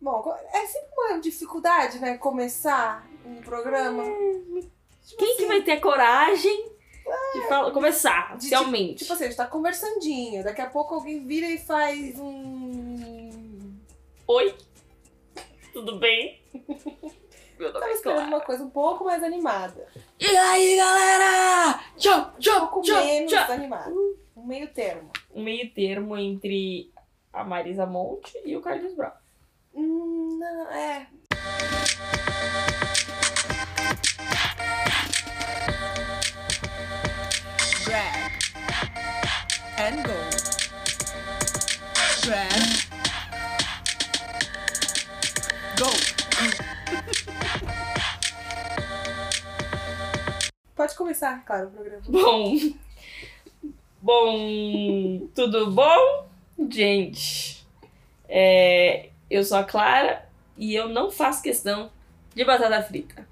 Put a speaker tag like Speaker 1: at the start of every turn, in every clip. Speaker 1: Bom, é sempre uma dificuldade, né? Começar um programa. Tipo
Speaker 2: Quem que
Speaker 1: assim,
Speaker 2: vai ter a coragem de falar, começar
Speaker 1: de-
Speaker 2: oficialmente?
Speaker 1: Tipo assim, a gente tá conversandinho. Daqui a pouco alguém vira e faz um.
Speaker 2: Oi? assim. Tudo bem? Meu nome
Speaker 1: Tava
Speaker 2: é
Speaker 1: esperando
Speaker 2: Clara.
Speaker 1: uma coisa um pouco mais animada.
Speaker 2: E aí, galera? Tchau,
Speaker 1: Um
Speaker 2: tchau,
Speaker 1: pouco
Speaker 2: tchau,
Speaker 1: menos
Speaker 2: tchau.
Speaker 1: animada. Um meio termo.
Speaker 2: Um meio termo entre a Marisa Monte e o Carlos Brown.
Speaker 1: Hum, não, é.
Speaker 3: Grab and go. Grab. Go.
Speaker 1: Pode começar, claro, o programa.
Speaker 2: Bom. Bom. Tudo bom? Gente. é, eu sou a Clara e eu não faço questão de batata frita.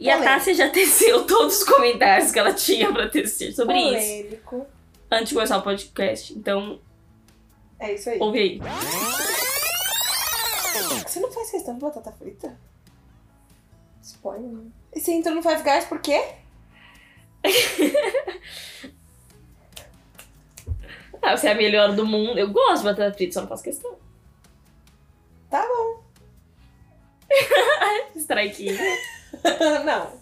Speaker 2: E a
Speaker 1: Polêmico.
Speaker 2: Tássia já teceu todos os comentários que ela tinha pra tecer sobre isso
Speaker 1: Polêmico.
Speaker 2: antes de começar o podcast. Então,
Speaker 1: É isso aí.
Speaker 2: ouve aí.
Speaker 1: Você não faz questão de batata frita? Spoiler, né? E você entrou no Five Guys por quê?
Speaker 2: Ah, você é a melhor do mundo. Eu gosto de batata frita, só não faço questão.
Speaker 1: Tá bom.
Speaker 2: Strike.
Speaker 1: não.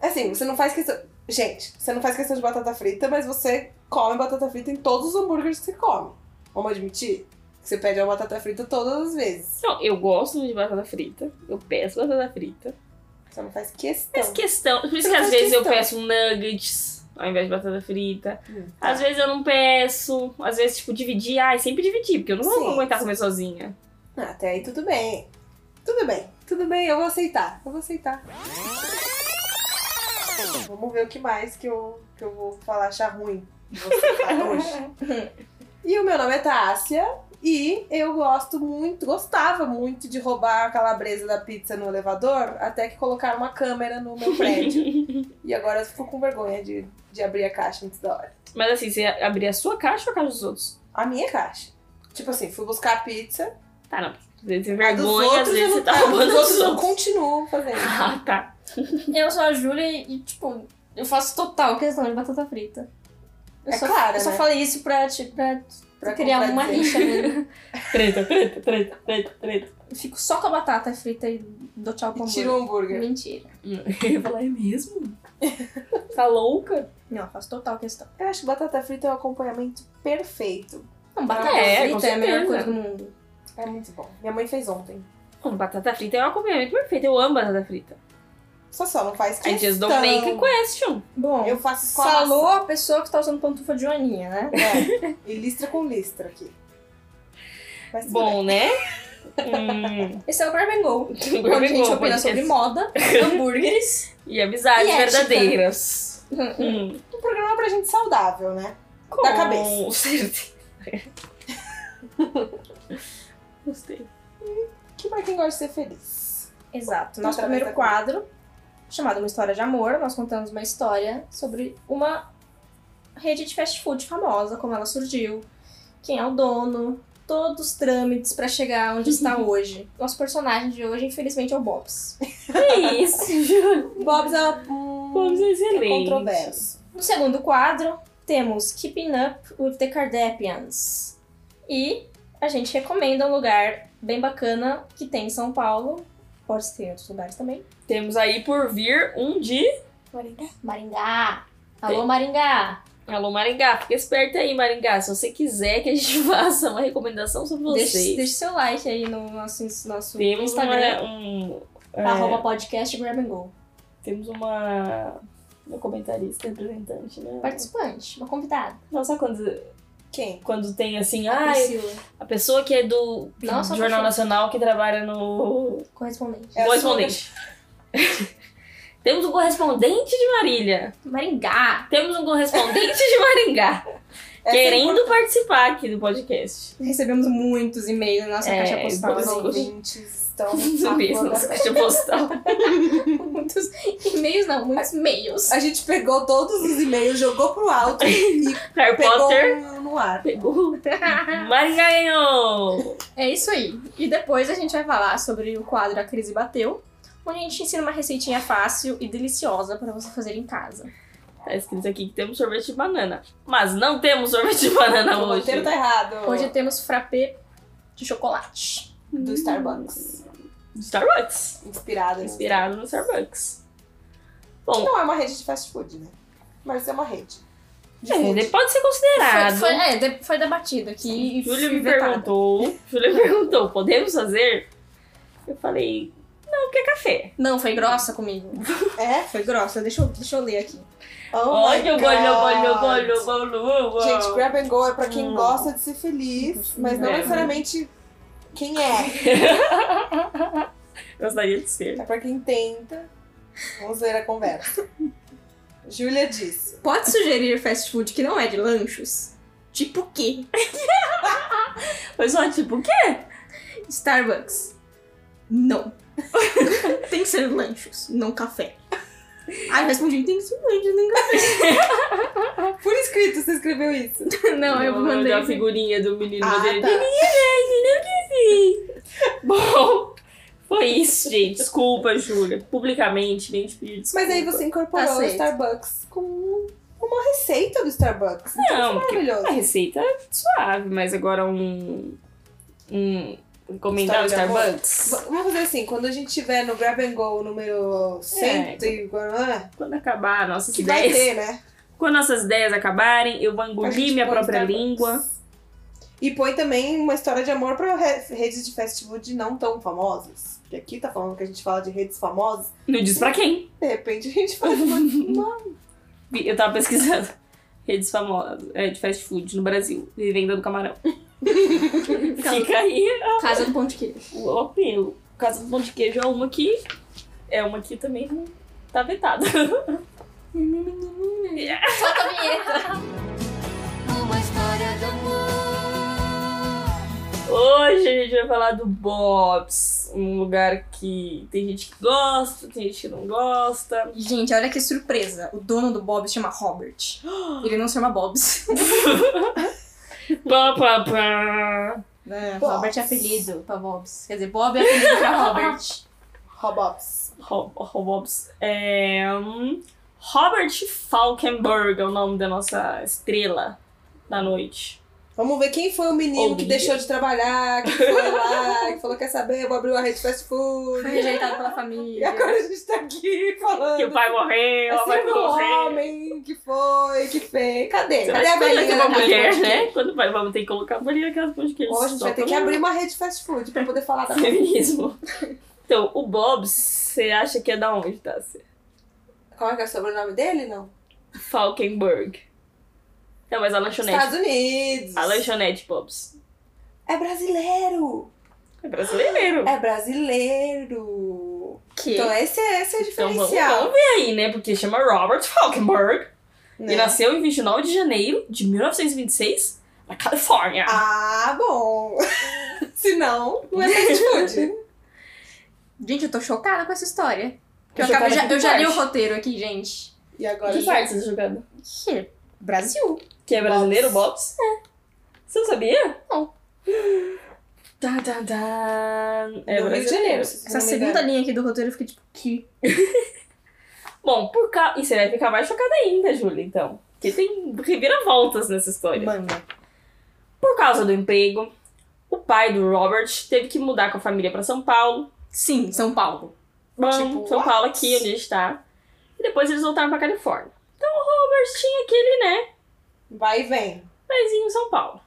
Speaker 1: Assim, você não faz questão. Gente, você não faz questão de batata frita, mas você come batata frita em todos os hambúrgueres que você come. Vamos admitir? Que você pede a batata frita todas as vezes.
Speaker 2: Não, eu gosto de batata frita. Eu peço batata frita.
Speaker 1: Você não faz questão.
Speaker 2: Mas questão. Por isso
Speaker 1: Não
Speaker 2: que às
Speaker 1: Então. faz
Speaker 2: vezes eu
Speaker 1: questão.
Speaker 2: peço nuggets ao invés de batata frita.
Speaker 1: Hum, tá.
Speaker 2: Às vezes eu não peço. Às vezes, tipo, dividir. Ai, sempre dividir, porque eu não vou
Speaker 1: Sim.
Speaker 2: aguentar comer sozinha.
Speaker 1: Ah, Até aí tudo bem. Tudo bem, tudo bem, eu vou aceitar. Eu vou aceitar. Vamos ver o que mais que eu, que eu vou falar achar ruim. de você falar hoje. e o meu nome é Tássia e eu gosto muito, gostava muito de roubar a calabresa da pizza no elevador até que colocaram uma câmera no meu Um prédio. e agora eu fico com vergonha de, de abrir a caixa antes da hora.
Speaker 2: Mas assim, você abrir a sua caixa ou a caixa dos outros?
Speaker 1: A minha caixa. Tipo assim, fui buscar a pizza.
Speaker 2: Tá, não. Às vezes você
Speaker 1: a dos
Speaker 2: vergonha, às
Speaker 1: outros eu
Speaker 2: vezes
Speaker 1: não
Speaker 2: você tá
Speaker 1: tava,
Speaker 2: roubando
Speaker 1: dos
Speaker 2: os
Speaker 1: outros eu
Speaker 2: outros.
Speaker 1: continuo fazendo.
Speaker 2: Ah, tá.
Speaker 4: Eu sou a Júlia e, tipo, eu faço total questão de batata frita. Eu
Speaker 1: É
Speaker 4: só,
Speaker 1: claro,
Speaker 4: Eu só
Speaker 1: né?
Speaker 4: falei isso pra, ti- pra,
Speaker 1: Pra
Speaker 4: criar uma
Speaker 1: contradizer.
Speaker 4: rixa mesmo.
Speaker 2: Treta, treta, treta, treta, treta.
Speaker 4: Eu Fico só com a batata frita e dou tchau pro
Speaker 1: E tira o
Speaker 4: hambúrguer.
Speaker 1: hambúrguer.
Speaker 4: Mentira.
Speaker 2: Eu ia falar, é mesmo? Tá louca?
Speaker 4: Não, eu faço total questão.
Speaker 1: Eu acho que batata frita é um acompanhamento perfeito.
Speaker 4: Não, batata
Speaker 2: É, com
Speaker 4: frita é a melhor
Speaker 2: certeza.
Speaker 4: coisa do mundo.
Speaker 1: É muito bom. Minha mãe fez ontem.
Speaker 2: Bom, batata frita é um acompanhamento perfeito. Eu amo batata frita.
Speaker 1: Só só, não faz
Speaker 2: I
Speaker 1: questão.
Speaker 2: just don't um make a question.
Speaker 4: Bom,
Speaker 1: Eu faço com a
Speaker 4: falou
Speaker 1: maçã.
Speaker 4: a pessoa que tá usando pantufa de joaninha, né?
Speaker 1: É. E listra com listra aqui. Mas tudo bem.
Speaker 2: Bom, né? Hum,
Speaker 4: Esse é o Grab and Go.
Speaker 2: Grab
Speaker 4: onde
Speaker 2: and
Speaker 4: a gente
Speaker 2: Go,
Speaker 4: opina
Speaker 2: podcast.
Speaker 4: sobre moda, hambúrgueres.
Speaker 2: e amizades
Speaker 4: E ética.
Speaker 2: verdadeiras. Hum,
Speaker 1: um programa pra gente saudável, né?
Speaker 2: com
Speaker 1: Da cabeça.
Speaker 2: certeza. Gostei.
Speaker 1: Que pra quem gosta de ser feliz.
Speaker 4: Exato. Nosso
Speaker 1: Totalmente
Speaker 4: primeiro quadro, chamado Uma História de Amor, nós contamos uma história sobre uma rede de fast food famosa, como ela surgiu, quem é o dono, todos os trâmites pra chegar onde está hoje. Nosso personagem de hoje, infelizmente, é o Bobs.
Speaker 2: Que isso, Júlio?
Speaker 1: Bob's é um...
Speaker 2: Hum. Vamos ser
Speaker 1: é
Speaker 2: excelente.
Speaker 1: controverso.
Speaker 4: No segundo quadro, temos Keeping Up with the Kardashians. E a gente recomenda um lugar bem bacana que tem em São Paulo. Pode ter em outros lugares também.
Speaker 2: Temos aí por vir um de...
Speaker 4: Maringá! Alô, Maringá!
Speaker 2: Alô, Maringá. Fica esperta aí, Maringá. Se você quiser que a gente faça uma recomendação sobre vocês.
Speaker 4: Deixe, deixe seu like aí no nosso, nosso
Speaker 2: Temos
Speaker 4: Instagram.
Speaker 2: uma, um... é,
Speaker 4: Arroba podcast Grab and Go.
Speaker 2: Temos uma... Uma comentarista, representante, né?
Speaker 4: Participante, uma convidada.
Speaker 2: Nossa, quando,
Speaker 1: Quem?
Speaker 2: quando tem assim,
Speaker 4: A
Speaker 2: ai,
Speaker 4: Priscila,
Speaker 2: a pessoa que é do do
Speaker 4: Nossa,
Speaker 2: Jornal
Speaker 4: apaixonada.
Speaker 2: Nacional que trabalha no
Speaker 4: correspondente.
Speaker 1: É a
Speaker 2: correspondente. Temos um correspondente de Marília.
Speaker 4: Maringá!
Speaker 2: Temos um correspondente de Maringá.
Speaker 1: Essa é
Speaker 2: querendo participar aqui do podcast.
Speaker 4: Recebemos muitos e-mails na nossa
Speaker 2: É,
Speaker 4: caixa postal.
Speaker 1: importante. Os
Speaker 2: Vamos
Speaker 1: ouvintes
Speaker 2: escolher.
Speaker 4: assim.
Speaker 1: estão
Speaker 2: Sumiu
Speaker 1: atuando.
Speaker 2: nossa caixa postal.
Speaker 4: Muitos e-mails, não, muitos meios.
Speaker 1: A gente pegou todos os e-mails, jogou pro alto e
Speaker 2: Harry
Speaker 1: pegou
Speaker 2: Potter
Speaker 1: um no ar.
Speaker 2: pegou. Maringá ganhou!
Speaker 4: É isso aí. E depois a gente vai falar sobre o quadro A Crise Bateu, onde a gente ensina uma receitinha fácil e deliciosa pra você fazer em casa.
Speaker 2: Tá escrito aqui que temos sorvete de banana. Mas não temos sorvete de banana
Speaker 1: o
Speaker 2: hoje.
Speaker 1: roteiro tá errado.
Speaker 4: Hoje temos frappé de chocolate.
Speaker 1: do Starbucks.
Speaker 2: Starbucks.
Speaker 1: Inspirado. no-
Speaker 2: Inspirado no Starbucks. Bom,
Speaker 1: Não é uma rede de fast food, né? Mas é uma rede. De
Speaker 2: é,
Speaker 1: food.
Speaker 2: ele pode ser
Speaker 4: Foi,
Speaker 2: considerado.
Speaker 4: foi, é, de- foi debatido aqui. e
Speaker 2: Júlia
Speaker 4: foi
Speaker 2: me
Speaker 4: vetado.
Speaker 2: perguntou. Júlia me perguntou, podemos fazer? Eu falei, não, porque é café.
Speaker 4: Não, foi grossa comigo.
Speaker 1: É?
Speaker 4: Foi grossa, deixa eu, deixa eu ler aqui.
Speaker 1: Oh my
Speaker 2: Olha o
Speaker 1: God.
Speaker 2: bolho, bolho, bolho, bolho, bolho.
Speaker 1: Gente, grab and go é pra quem
Speaker 2: Hum.
Speaker 1: gosta de ser feliz, mas não
Speaker 2: É.
Speaker 1: necessariamente quem é.
Speaker 2: Gostaria de ser.
Speaker 1: É pra quem tenta. Vamos ver a conversa. Júlia disse.
Speaker 4: Pode sugerir fast food que não é de lanchos? Tipo o quê?
Speaker 2: Foi só tipo, o quê?
Speaker 4: Starbucks? Não. tem que ser lanchos, não café. Aí eu respondi, tem que ser lanchos, não café.
Speaker 1: Por escrito você escreveu isso.
Speaker 4: Não, eu mandei. assim.
Speaker 2: a figurinha do menino
Speaker 1: Ah,
Speaker 2: dele.
Speaker 1: tá.
Speaker 2: Bom, foi isso, gente. Desculpa, Júlia. Publicamente, nem te pedi desculpa.
Speaker 1: Mas aí você incorporou o
Speaker 4: Aceito.
Speaker 1: Starbucks com uma receita do Starbucks. Então isso
Speaker 2: Não,
Speaker 1: é
Speaker 2: porque-
Speaker 1: maravilhoso.
Speaker 2: A receita é suave, mas agora um. Um. Encomendado
Speaker 1: História de amor.
Speaker 2: Starbucks.
Speaker 1: V- Vamos fazer assim, quando a gente tiver no Grab and Go número 100
Speaker 2: É.
Speaker 1: e ah,
Speaker 2: Quando acabar nossas
Speaker 1: que vai
Speaker 2: ideias.
Speaker 1: ter, né?
Speaker 2: Quando nossas ideias acabarem, eu vou
Speaker 1: A
Speaker 2: engolir
Speaker 1: gente
Speaker 2: minha
Speaker 1: põe
Speaker 2: própria
Speaker 1: Starbucks.
Speaker 2: língua.
Speaker 1: E põe também uma história de amor pra re- redes de fast food não tão famosas. Porque aqui tá falando que a gente fala de redes famosas.
Speaker 2: Não diz pra quem.
Speaker 1: De repente a gente faz uma... uma-
Speaker 2: Eu tava pesquisando. Redes famosas é, de fast food no Brasil. Vivenda do camarão. Fica aí
Speaker 4: Casa do Pão de Queijo.
Speaker 2: O apelo. Casa do Pão de Queijo é uma que. É uma que também não tá vetada.
Speaker 4: Solta a vinheta.
Speaker 3: Uma história de amor.
Speaker 2: Hoje a gente vai falar do Bob's. Um lugar que tem gente que gosta, tem gente que não gosta.
Speaker 4: Gente, olha que surpresa. O dono do Bob chama Robert. Ele não se chama Bob's.
Speaker 2: Pá, pá, pá.
Speaker 4: Não,
Speaker 1: Bob's.
Speaker 4: Robert é apelido pra Bob's. Quer dizer, Bob é apelido pra Robert.
Speaker 1: Robops.
Speaker 2: Ro- Ro- Bob's. É, hum, Robert Falkenberg é o nome da nossa estrela da noite.
Speaker 1: Vamos ver quem foi o menino
Speaker 2: Ou
Speaker 1: que
Speaker 2: Bia.
Speaker 1: deixou de trabalhar, que foi lá, que falou, quer saber, eu vou abrir uma rede de fast
Speaker 4: Foi
Speaker 1: food.
Speaker 4: rejeitado pela
Speaker 1: E
Speaker 4: família.
Speaker 1: agora a gente tá aqui falando.
Speaker 2: Que o pai morreu,
Speaker 1: é
Speaker 2: a mãe
Speaker 1: sempre um
Speaker 2: morreu.
Speaker 1: homem é que foi, que fez. Cadê?
Speaker 2: Você
Speaker 1: Cadê a
Speaker 2: vai
Speaker 1: velhinha?
Speaker 2: ter que colocar
Speaker 1: da
Speaker 2: uma
Speaker 1: Casa Pão
Speaker 2: mulher,
Speaker 1: de Queijo?
Speaker 2: né? Quando vai, vamos ter que colocar a mulher naquela pão de queijo.
Speaker 1: Ou a gente
Speaker 2: só
Speaker 1: vai ter
Speaker 2: pra
Speaker 1: que abrir uma rede de fast food pra poder falar da
Speaker 2: Feminismo. Então, o Bob, você acha que é da onde, Tassi?
Speaker 1: Como é que é o sobrenome dele? Não.
Speaker 2: Falkenberg. Não, mas a lanchonete.
Speaker 1: Estados Unidos.
Speaker 2: A lanchonete, Bob's.
Speaker 1: É brasileiro.
Speaker 2: É brasileiro.
Speaker 1: É brasileiro.
Speaker 4: Que?
Speaker 1: Então esse é, esse é o
Speaker 2: Então vamos,
Speaker 1: diferencial.
Speaker 2: vamos ver aí, né? Porque chama Robert Falkenberg.
Speaker 1: né?
Speaker 2: E nasceu em 29 de janeiro de 1926, na Califórnia.
Speaker 1: Ah, bom. Se não, não é fast food.
Speaker 4: Gente, eu tô chocada com essa história.
Speaker 2: Tô
Speaker 4: Eu, acabei
Speaker 2: chocada
Speaker 4: já,
Speaker 2: com
Speaker 4: eu já li o
Speaker 2: parte.
Speaker 4: roteiro aqui, gente.
Speaker 1: E agora?
Speaker 2: Que parte você tá jogando?
Speaker 4: Que? Brasil.
Speaker 2: Que é brasileiro, Bob's? É. Você não sabia?
Speaker 4: Não.
Speaker 2: Tá, tá, tá. É
Speaker 1: No Rio de
Speaker 2: brasileiro.
Speaker 1: Janeiro. se
Speaker 4: Essa
Speaker 1: não me
Speaker 4: segunda
Speaker 1: engano.
Speaker 4: linha aqui do roteiro eu fiquei tipo, que?
Speaker 2: Bom, por causa. E você vai ficar mais chocada ainda, Júlia, então. Porque tem reviravoltas nessa história.
Speaker 4: Manda.
Speaker 2: Por causa do emprego, o pai do Robert teve que mudar com a família pra São Paulo.
Speaker 4: Sim, São Paulo.
Speaker 2: Bom,
Speaker 1: Tipo,
Speaker 2: São Paulo
Speaker 1: what?
Speaker 2: aqui onde a gente tá. E depois eles voltaram pra Califórnia. Então o Robert tinha aquele, né,
Speaker 1: Vai e vem.
Speaker 2: pezinho em São Paulo.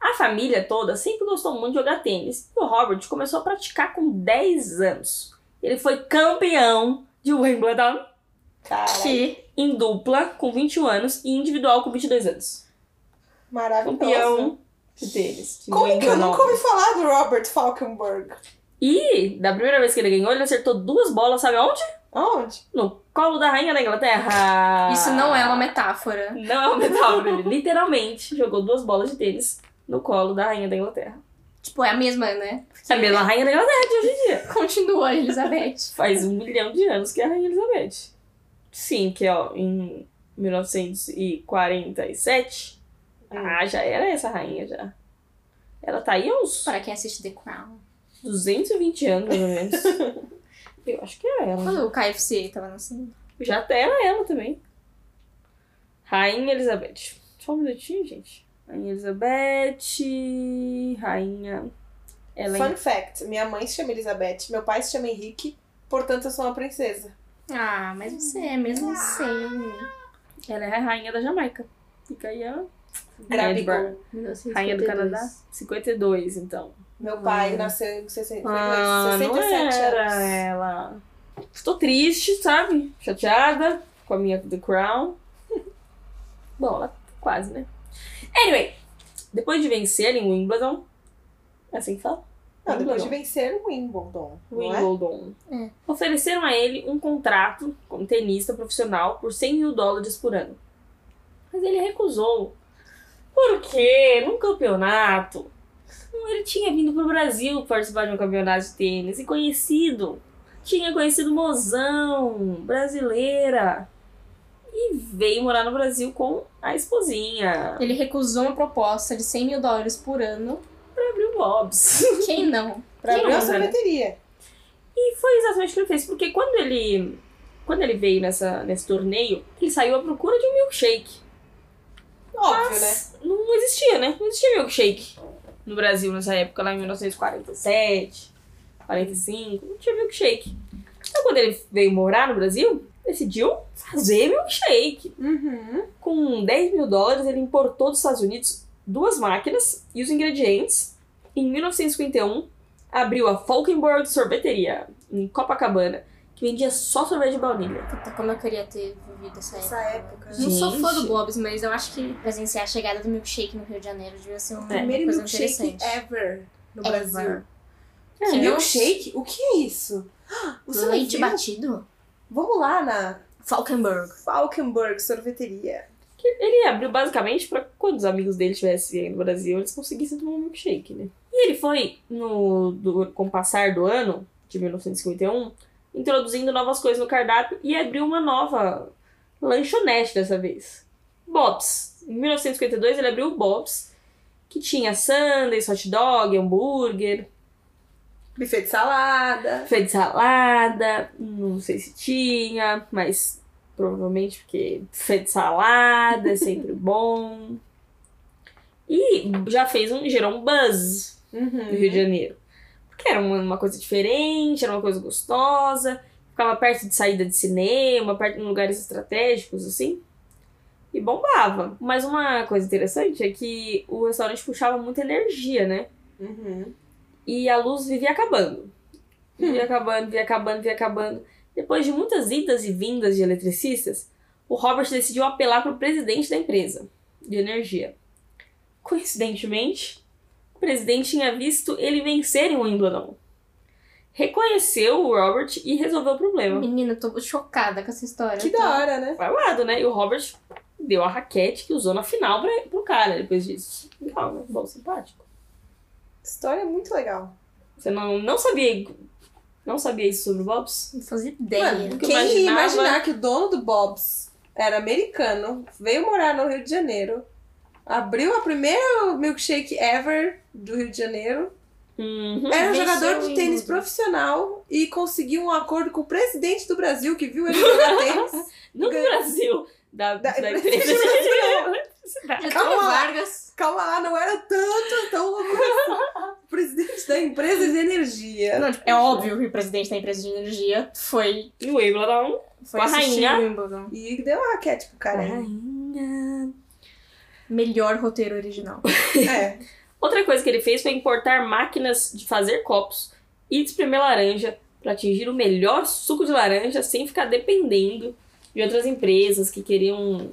Speaker 2: A família toda sempre gostou muito de jogar tênis. E o Robert começou a praticar com 10 anos. Ele foi campeão de Wimbledon
Speaker 1: Cara,
Speaker 4: Que?
Speaker 2: em dupla com 21 anos e individual com 22 anos.
Speaker 1: maravilhoso.
Speaker 2: campeão de tênis. de
Speaker 1: Como é que eu
Speaker 2: Wimbledon.
Speaker 1: nunca ouvi falar do Robert Falkenberg?
Speaker 2: E da primeira vez que ele ganhou, ele acertou duas bolas, sabe aonde?
Speaker 1: Onde?
Speaker 2: No colo da rainha da Inglaterra.
Speaker 4: Isso não é uma metáfora.
Speaker 2: Não é uma metáfora. ele literalmente jogou duas bolas de tênis no colo da rainha da Inglaterra.
Speaker 4: Tipo, é a mesma, né?
Speaker 2: É a mesma rainha da Inglaterra de hoje em dia.
Speaker 4: Continua a Elizabeth.
Speaker 2: Faz um milhão de anos que é a rainha Elizabeth. Sim, que ó, em 1947, ah, já era essa rainha já. Ela tá aí há uns
Speaker 4: Para quem assiste The Crown.
Speaker 2: 220 anos, mais ou menos. Eu acho que era ela.
Speaker 4: Quando o KFC tava nascendo.
Speaker 2: Já até era ela também. Rainha Elizabeth. Só um minutinho, gente. Rainha Elizabeth. Rainha. Ela é,
Speaker 1: Fun fact: minha mãe se chama Elizabeth, meu pai se chama Henrique, portanto eu sou uma princesa.
Speaker 2: É,
Speaker 4: Ah, mas você é mesmo assim. sem.
Speaker 2: Ela é a rainha da Jamaica. Fica aí a.
Speaker 1: Gabigol.
Speaker 2: Rainha do Canadá. 52, então.
Speaker 1: Meu pai
Speaker 2: Ah.
Speaker 1: nasceu em 60,
Speaker 2: Ah, não
Speaker 1: 67
Speaker 2: era
Speaker 1: anos.
Speaker 2: ela. Estou triste, sabe? Chateada com a minha The Crown. Bom, ela quase, né? Anyway, depois de vencerem Wimbledon, é assim que fala?
Speaker 1: Não, depois de vencer o Wimbledon. não é?
Speaker 2: Wimbledon.
Speaker 4: É.
Speaker 2: Ofereceram a ele um contrato como tenista profissional por 100 mil dólares por ano. Mas ele recusou. Porque num campeonato, ele tinha vindo pro Brasil participar de um campeonato de tênis e conhecido. Tinha conhecido mozão, brasileira. E veio morar no Brasil com a esposinha.
Speaker 4: Ele recusou uma proposta de 100 mil dólares por ano.
Speaker 2: Pra abrir o Bob's.
Speaker 4: Quem não?
Speaker 1: Pra
Speaker 2: Quem
Speaker 1: abrir uma
Speaker 2: nunca, né?
Speaker 1: sorveteria.
Speaker 2: E foi exatamente o que ele fez, porque quando ele quando ele veio nessa, nesse torneio, ele saiu à procura de um milkshake.
Speaker 1: Óbvio, né?
Speaker 2: Mas não existia, né? Não existia milkshake no Brasil nessa época, lá em 1947, 45, não tinha milkshake. Então quando ele veio morar no Brasil, decidiu fazer milkshake.
Speaker 1: Uhum.
Speaker 2: Com 10 mil dólares, ele importou dos Estados Unidos duas máquinas e os ingredientes. Em 1951, abriu a Falkenberg Sorveteria, em Copacabana, que vendia só sorvete de baunilha.
Speaker 4: Puta, como eu queria ter vivido essa época.
Speaker 1: Essa época. né?
Speaker 4: Não sou fã do
Speaker 2: Gente.
Speaker 4: Bob's, mas eu acho que presenciar a chegada do milkshake no Rio de Janeiro devia ser uma
Speaker 1: Primeiro
Speaker 4: coisa
Speaker 1: milkshake é
Speaker 4: interessante.
Speaker 1: ever no
Speaker 4: Ever.
Speaker 1: Brasil.
Speaker 2: É.
Speaker 1: Que milkshake? O que é isso? Ah, Você não
Speaker 4: Leite
Speaker 1: viu?
Speaker 4: batido?
Speaker 1: Vamos lá na
Speaker 4: Falkenberg.
Speaker 1: Falkenberg Sorveteria.
Speaker 2: Que Ele abriu basicamente pra quando os amigos dele estivessem no Brasil, eles conseguissem tomar um milkshake, né? E ele foi, no, do- com o passar do ano, de 1951, introduzindo novas coisas no cardápio e abriu uma nova lanchonete dessa vez. Bob's. Em 1952, ele abriu o Bob's, que tinha sundaes, hot dog, hambúrguer,
Speaker 1: Buffet de salada.
Speaker 2: buffet de salada, não sei se tinha, mas provavelmente porque buffet de salada é sempre bom. E já fez um, gerou um buzz
Speaker 1: Uhum.
Speaker 2: no Rio de Janeiro. Porque era uma, uma coisa diferente, era uma coisa gostosa, ficava perto de saída de cinema, perto de lugares estratégicos, assim. E bombava. Mas uma coisa interessante é que o restaurante puxava muita energia, né?
Speaker 1: Uhum.
Speaker 2: e a luz vivia acabando. Vivia acabando, vivia acabando, vivia acabando. Depois de muitas idas e vindas de eletricistas, o Robert decidiu apelar para o presidente da empresa de energia. Coincidentemente, o presidente tinha visto ele vencer em Wimbledon. Reconheceu o Robert e resolveu o problema.
Speaker 4: Menina, eu tô chocada com essa história.
Speaker 1: Que
Speaker 4: Tô-
Speaker 1: da hora, né?
Speaker 2: Falado, né? E o Robert deu a raquete que usou na final pra, pro cara depois disso. Legal, né? Bom, simpático.
Speaker 1: História muito legal.
Speaker 2: Você não, não sabia. Não sabia isso sobre o Bob's?
Speaker 4: Não fazia ideia.
Speaker 1: Mano,
Speaker 2: nunca
Speaker 1: quem ia
Speaker 2: imaginava.
Speaker 1: imaginar que o dono do Bob's era americano, veio morar no Rio de Janeiro, abriu a primeira milkshake ever do Rio de Janeiro,
Speaker 2: Uhum.
Speaker 1: era um
Speaker 4: Venceu
Speaker 1: jogador
Speaker 4: o
Speaker 1: de tênis
Speaker 4: Wimbledon.
Speaker 1: profissional e conseguiu um acordo com o presidente do Brasil que viu ele jogar tênis.
Speaker 2: Não do
Speaker 1: Ganhou.
Speaker 2: Brasil. Da, da,
Speaker 1: Da-
Speaker 2: empresa.
Speaker 4: Getúlio
Speaker 1: Calma lá.
Speaker 4: Vargas.
Speaker 1: Calma lá, não era tanto, tão louco. assim. presidente da empresa de energia.
Speaker 4: Não, tipo, é óbvio que o presidente da empresa de energia foi,
Speaker 2: E o Wimbledon.
Speaker 4: foi
Speaker 2: Com a
Speaker 4: assistir
Speaker 2: rainha.
Speaker 4: Wimbledon.
Speaker 1: E deu uma raquete pro
Speaker 2: é um
Speaker 1: cara.
Speaker 2: Rainha.
Speaker 4: Melhor roteiro original.
Speaker 1: É.
Speaker 2: Outra coisa que ele fez foi importar máquinas de fazer copos e de espremer laranja para atingir o melhor suco de laranja sem ficar dependendo de outras empresas que queriam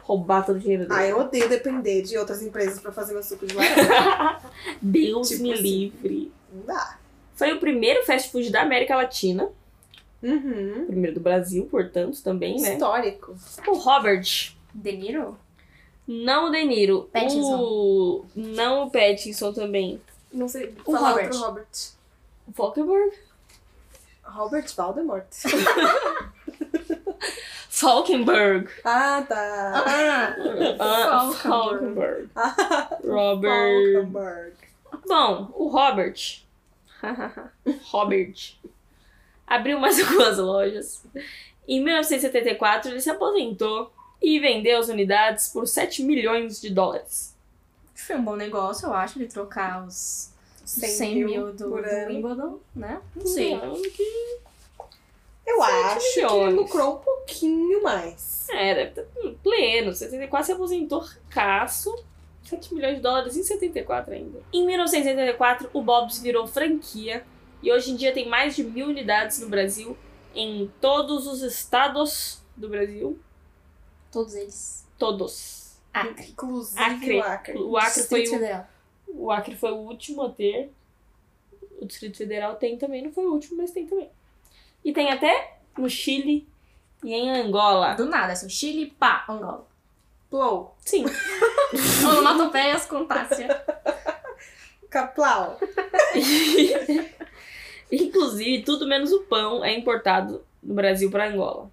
Speaker 2: roubar todo o dinheiro dele.
Speaker 1: Ah, eu odeio depender de outras empresas pra fazer meu suco de laranja.
Speaker 2: Deus
Speaker 1: Tipo
Speaker 2: me
Speaker 1: assim.
Speaker 2: livre.
Speaker 1: Não dá.
Speaker 2: Foi o primeiro fast food da América Latina.
Speaker 1: Uhum.
Speaker 2: primeiro do Brasil, portanto, também, né?
Speaker 1: Histórico.
Speaker 2: O Robert,
Speaker 4: De Niro?
Speaker 2: não o De Niro,
Speaker 4: Pattinson.
Speaker 2: o não o Pattinson também.
Speaker 1: Não sei.
Speaker 4: O
Speaker 1: falar
Speaker 4: Robert.
Speaker 1: outro Robert.
Speaker 2: Falkenberg?
Speaker 1: Robert Voldemort.
Speaker 2: Falkenberg.
Speaker 1: ah, tá. Ah.
Speaker 4: Ah,
Speaker 2: Ah,
Speaker 4: Falkenberg.
Speaker 2: Falkenberg. Robert.
Speaker 1: Falkenberg.
Speaker 2: Bom, o Robert. Robert. Abriu mais algumas lojas. Em 1974, ele se aposentou e vendeu as unidades por 7 milhões de dólares.
Speaker 4: foi um bom negócio, eu acho, de trocar os
Speaker 1: 100
Speaker 4: 100 mil do, do
Speaker 1: por ano.
Speaker 4: Wimbledon, né? Não sei.
Speaker 1: Eu
Speaker 2: Sete
Speaker 1: acho que
Speaker 2: milhões.
Speaker 1: ele lucrou um pouquinho mais.
Speaker 2: É, deve tá pleno. 74 se aposentou ricaço. 7 milhões de dólares em 74 ainda. Em 1974, o Bob's virou franquia e hoje em dia tem mais de mil unidades no Brasil, em todos os estados do Brasil.
Speaker 4: Todos eles.
Speaker 2: Todos.
Speaker 4: Acre.
Speaker 1: Inclusive
Speaker 2: Ah, Acre.
Speaker 1: o Acre.
Speaker 2: O Acre,
Speaker 4: Distrito
Speaker 2: foi o,
Speaker 4: Federal.
Speaker 2: o Acre foi o último a ter. O Distrito Federal tem também, não foi o último, mas tem também. E tem até no Chile e em Angola.
Speaker 4: Do nada, assim, Chile, pá, Angola.
Speaker 1: Plou.
Speaker 2: Sim.
Speaker 4: Onomatopeias com Tássia.
Speaker 1: Caplau.
Speaker 2: Inclusive, tudo menos o pão é importado do Brasil pra Angola.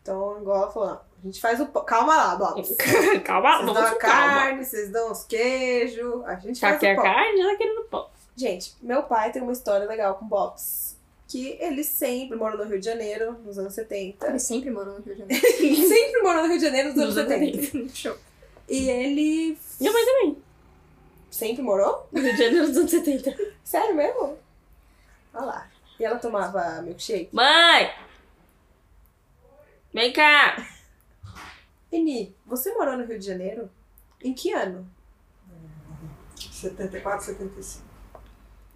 Speaker 1: Então Angola falou, não, a gente faz o pão. Calma lá, Bob. Vocês
Speaker 2: calma, vamos
Speaker 1: dão a
Speaker 2: com calma.
Speaker 1: carne, vocês dão os queijos, a gente
Speaker 2: Já
Speaker 1: faz
Speaker 2: quer
Speaker 1: o pão.
Speaker 2: carne, já tá querendo pão.
Speaker 1: Gente, meu pai tem uma história legal com Bob's. Que ele sempre morou no Rio de Janeiro, nos anos 70.
Speaker 4: Ele sempre morou no Rio de Janeiro.
Speaker 1: sempre morou no Rio de Janeiro nos anos
Speaker 2: Nos anos
Speaker 1: 70.
Speaker 4: Show.
Speaker 1: E ele
Speaker 2: Minha mãe também.
Speaker 1: sempre morou?
Speaker 2: No Rio de Janeiro dos anos 70.
Speaker 1: Sério mesmo? Olha lá. E ela tomava milkshake?
Speaker 2: Mãe! Vem cá!
Speaker 1: Eni, você morou no Rio de Janeiro? Em que ano?
Speaker 5: 74, 75.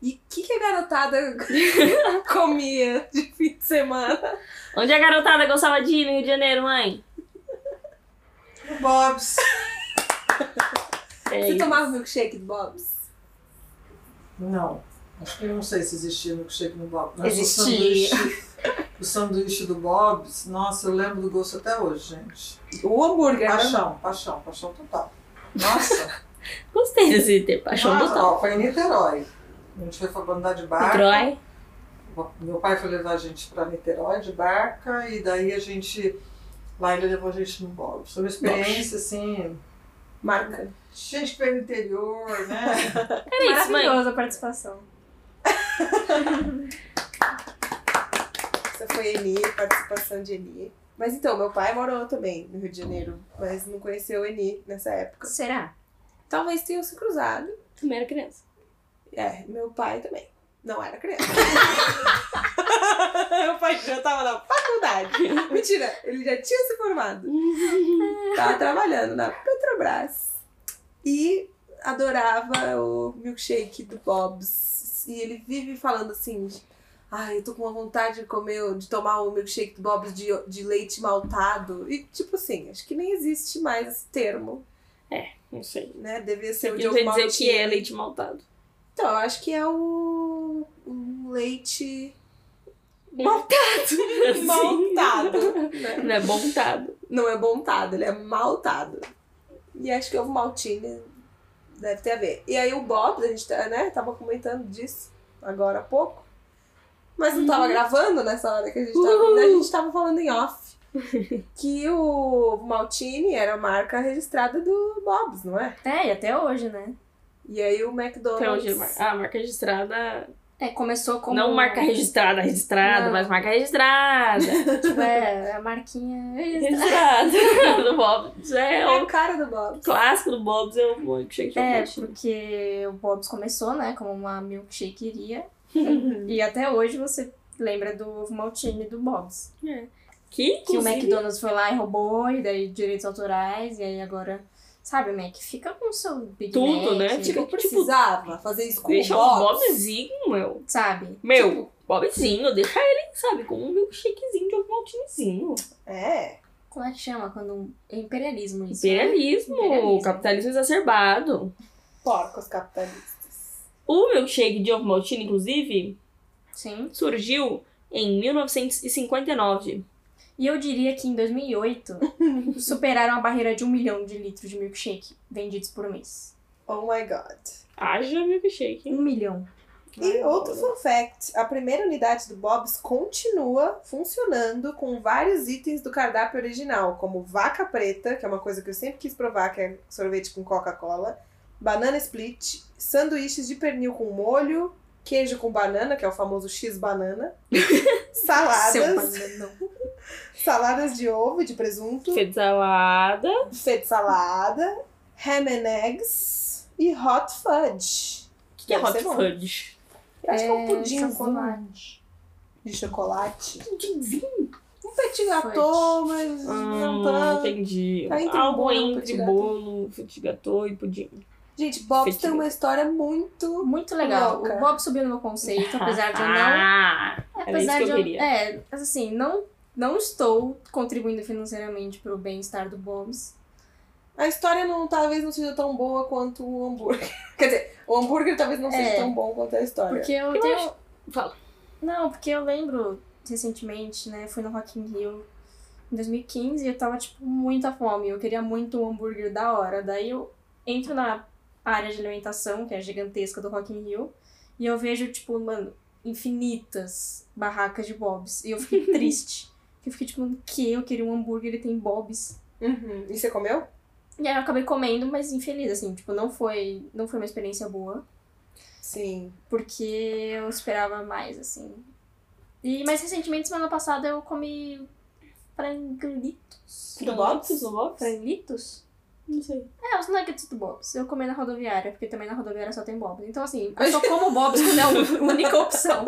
Speaker 1: E o que, que a garotada comia de fim de semana?
Speaker 2: Onde a garotada gostava de ir no Rio de Janeiro, mãe?
Speaker 5: No Bob's.
Speaker 2: É
Speaker 1: Você É tá-
Speaker 2: isso.
Speaker 1: tomava milkshake do Bob's?
Speaker 5: Não. Acho que eu não sei se existia milkshake no Bob's. Mas
Speaker 4: Existia.
Speaker 5: O sanduíche, o sanduíche do Bob's, nossa, eu lembro do gosto até hoje, gente.
Speaker 1: O hambúrguer, né?
Speaker 5: Paixão, paixão, paixão total. Nossa.
Speaker 2: Gostei desse ter
Speaker 1: tá
Speaker 2: paixão
Speaker 5: nossa,
Speaker 2: total.
Speaker 5: ó, Foi em Niterói. A gente foi pra andar de barco.
Speaker 2: Drói.
Speaker 5: Meu pai foi levar a gente pra Niterói de barca e daí a gente. Lá ele levou a gente no Bob's. Foi uma experiência assim.
Speaker 1: Marca.
Speaker 5: Gente que veio do interior, né?
Speaker 4: É
Speaker 2: Era isso, mãe.
Speaker 4: Maravilhosa a participação.
Speaker 1: Essa foi a Eni, participação de Eni. Mas então, meu pai morou também no Rio de Janeiro, mas não conheceu Eni nessa época.
Speaker 4: Será?
Speaker 1: Talvez tenham se cruzado.
Speaker 2: Também era criança.
Speaker 1: É, meu pai também. Não era criança. meu pai já tava na faculdade. Mentira, ele já tinha se formado. Tava trabalhando na Petrobras. E adorava o milkshake do Bob's. E ele vive falando assim. Ai, eu tô com uma vontade de comer, o- de tomar o milkshake do Bob's de, de leite maltado. E, tipo assim, acho que nem existe mais esse termo,
Speaker 2: Não sei.
Speaker 1: né? Devia ser o de
Speaker 2: Eu
Speaker 1: alguma
Speaker 2: sei dizer o que é leite maltado.
Speaker 1: então, eu acho que é o, o leite
Speaker 2: Assim.
Speaker 1: maltado. né?
Speaker 2: Não é montado.
Speaker 1: Não é montado, ele é maltado. E acho que ovo maltine deve ter a ver. E aí o Bob, a gente tá- né, tava comentando disso agora há pouco. Mas não
Speaker 2: Uhum.
Speaker 1: tava gravando nessa hora que a gente tava. né, A gente tava falando em off. Que o Maltine era a marca registrada do Bob's, não é?
Speaker 4: É, e até hoje, né?
Speaker 1: E aí o
Speaker 2: Até
Speaker 1: McDonald's.
Speaker 2: hoje, mar- ah, marca registrada
Speaker 4: É, começou como...
Speaker 2: Não marca registrada, registrada,
Speaker 4: Não.
Speaker 2: mas marca registrada.
Speaker 4: Tipo, é, a marquinha...
Speaker 2: registrada. do Bob's. É
Speaker 1: é
Speaker 2: o
Speaker 1: o cara do Bob's.
Speaker 2: clássico do Bob's, é o milkshake
Speaker 4: É,
Speaker 2: chocolate.
Speaker 4: porque o Bob's começou, né, como uma milkshakeria. e até hoje você lembra do ovo maltine do Bob's.
Speaker 2: Que,
Speaker 4: Que o
Speaker 2: inclusive,
Speaker 4: McDonald's foi lá e roubou, e daí direitos autorais, e aí agora... Sabe, Mac, fica com o seu Big
Speaker 2: Tudo,
Speaker 4: Mac,
Speaker 2: né?
Speaker 1: Tipo,
Speaker 2: Tipo,
Speaker 1: precisava fazer isso com o
Speaker 2: Deixa o
Speaker 1: Bob's.
Speaker 2: Bobzinho, meu.
Speaker 4: Sabe?
Speaker 2: Meu,
Speaker 4: Tipo,
Speaker 2: Bobzinho, deixa ele, sabe, com um milkshakezinho de algum altinezinho.
Speaker 1: É.
Speaker 4: Como é que chama quando... É imperialismo isso, né?
Speaker 2: Imperialismo,
Speaker 4: Imperialismo.
Speaker 2: capitalismo exacerbado.
Speaker 1: Porcos capitalistas.
Speaker 2: O milkshake de ovo maltine, inclusive,
Speaker 4: Sim.
Speaker 2: surgiu em 1959.
Speaker 4: E eu diria que em 2008 superaram a barreira de um milhão de litros de milkshake vendidos por mês.
Speaker 1: Oh my god.
Speaker 2: Haja milkshake.
Speaker 4: Um milhão.
Speaker 1: E outro fun fact: a primeira unidade do Bob's continua funcionando com vários itens do cardápio original, como vaca preta, que é uma coisa que eu sempre quis provar, que é sorvete com Coca-Cola, banana split, sanduíches de pernil com molho, queijo com banana, que é o famoso X-banana,
Speaker 4: Seu
Speaker 1: saladas,
Speaker 4: bananão.
Speaker 1: saladas de ovo, de presunto,
Speaker 2: Feito salada.
Speaker 1: buffet de salada, ham and eggs e hot fudge.
Speaker 2: O que, que é
Speaker 1: Deve
Speaker 2: hot
Speaker 1: ser bom.
Speaker 2: fudge?
Speaker 1: Eu acho que é um
Speaker 4: É,
Speaker 1: pudimzinho
Speaker 4: chocolate.
Speaker 1: de chocolate.
Speaker 2: Pudimzinho?
Speaker 1: Um petit gâteau, mas não
Speaker 2: Ah,
Speaker 1: tanto.
Speaker 2: entendi.
Speaker 1: Tá entre
Speaker 2: Algo
Speaker 1: bolo, petit
Speaker 2: entre
Speaker 1: gâteau.
Speaker 2: bolo, petit gâteau e pudim.
Speaker 1: Gente, Bob's
Speaker 2: Petit
Speaker 1: tem uma história muito...
Speaker 4: Muito legal.
Speaker 1: Louca.
Speaker 4: O Bob subiu no meu conceito, Então, apesar de eu não.
Speaker 2: Ah, era isso
Speaker 4: Apesar
Speaker 2: que eu
Speaker 4: de eu.
Speaker 2: queria.
Speaker 4: É, mas assim, não, não estou contribuindo financeiramente pro bem-estar do Bob's.
Speaker 1: A história não, talvez não seja tão boa quanto o hambúrguer. Quer dizer, o hambúrguer talvez não seja
Speaker 4: É.
Speaker 1: tão bom quanto a história.
Speaker 4: Porque eu,
Speaker 2: Eu
Speaker 4: tenho.
Speaker 2: acho- Fala.
Speaker 4: Não, porque eu lembro recentemente, né? Fui no Rock in Rio em 2015 e eu tava, tipo, muita fome. Eu queria muito um hambúrguer da hora. Daí eu entro na área de alimentação, que é gigantesca do Rock in Rio, e eu vejo, tipo, mano, infinitas barracas de Bob's. E eu fiquei triste. Eu fiquei tipo, mano, que? Eu queria um hambúrguer e tem Bob's.
Speaker 1: Uhum. E você comeu?
Speaker 4: E aí eu acabei comendo, mas infeliz, assim, tipo, não foi, não foi uma experiência boa,
Speaker 1: Sim.
Speaker 4: porque eu esperava mais, assim. E mais recentemente, semana passada, eu comi franglitos.
Speaker 1: Do Bob's?
Speaker 2: Do Bob's?
Speaker 4: Franglitos?
Speaker 2: Não sei.
Speaker 4: É, os nuggets do Bob's. Eu comi na rodoviária, porque também na rodoviária só tem Bob's. Então, assim, eu só como Bob's quando é a única opção.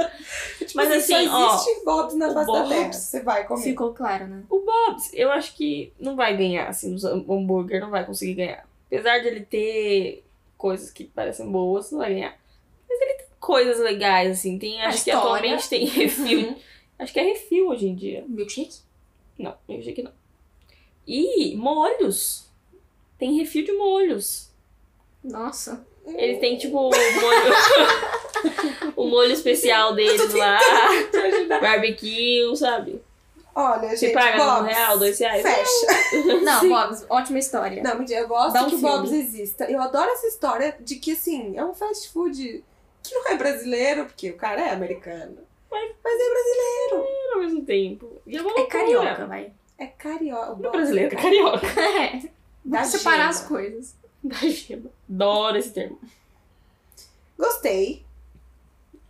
Speaker 2: Mas assim,
Speaker 1: Tipo só
Speaker 2: ó,
Speaker 1: existe Bob's na
Speaker 2: o
Speaker 1: face da
Speaker 2: Bob's-
Speaker 1: terra. Você vai
Speaker 2: é.
Speaker 1: comer.
Speaker 4: Ficou claro, né?
Speaker 2: O Bob's, eu acho que não vai ganhar, assim, os ham- hambúrguer não vai conseguir ganhar. Apesar de ele ter coisas que parecem boas, não vai ganhar. Mas ele tem coisas legais, assim, tem,
Speaker 4: A
Speaker 2: acho que
Speaker 4: história.
Speaker 2: atualmente tem refil. acho que é refil hoje em dia.
Speaker 4: Milkshake?
Speaker 2: Não, eu achei que não. E molhos. Tem refil de molhos.
Speaker 4: Nossa.
Speaker 2: Ele tem, tipo, o molho. o molho especial dele lá. Barbecue, sabe?
Speaker 1: Olha,
Speaker 2: Você
Speaker 1: gente,
Speaker 2: paga um
Speaker 1: Bob's.
Speaker 2: real, dois reais.
Speaker 1: Fecha.
Speaker 4: Não, Bob's, ótima história.
Speaker 1: Não, mentira, eu gosto
Speaker 4: Dá um
Speaker 1: que o
Speaker 4: filme.
Speaker 1: Bob's exista. Eu adoro essa história de que, assim, é um fast food que não é brasileiro, porque o cara é americano. Mas é brasileiro.
Speaker 2: Tudo ao mesmo tempo. E uma
Speaker 4: É
Speaker 2: loucura.
Speaker 4: carioca, vai.
Speaker 1: É carioca. O
Speaker 2: Não é
Speaker 1: Bob's
Speaker 2: brasileiro,
Speaker 1: é
Speaker 2: é carioca.
Speaker 4: Dá pra
Speaker 1: Da
Speaker 4: separar
Speaker 1: gema.
Speaker 4: as coisas.
Speaker 2: Da gema. Adoro esse termo.
Speaker 1: Gostei.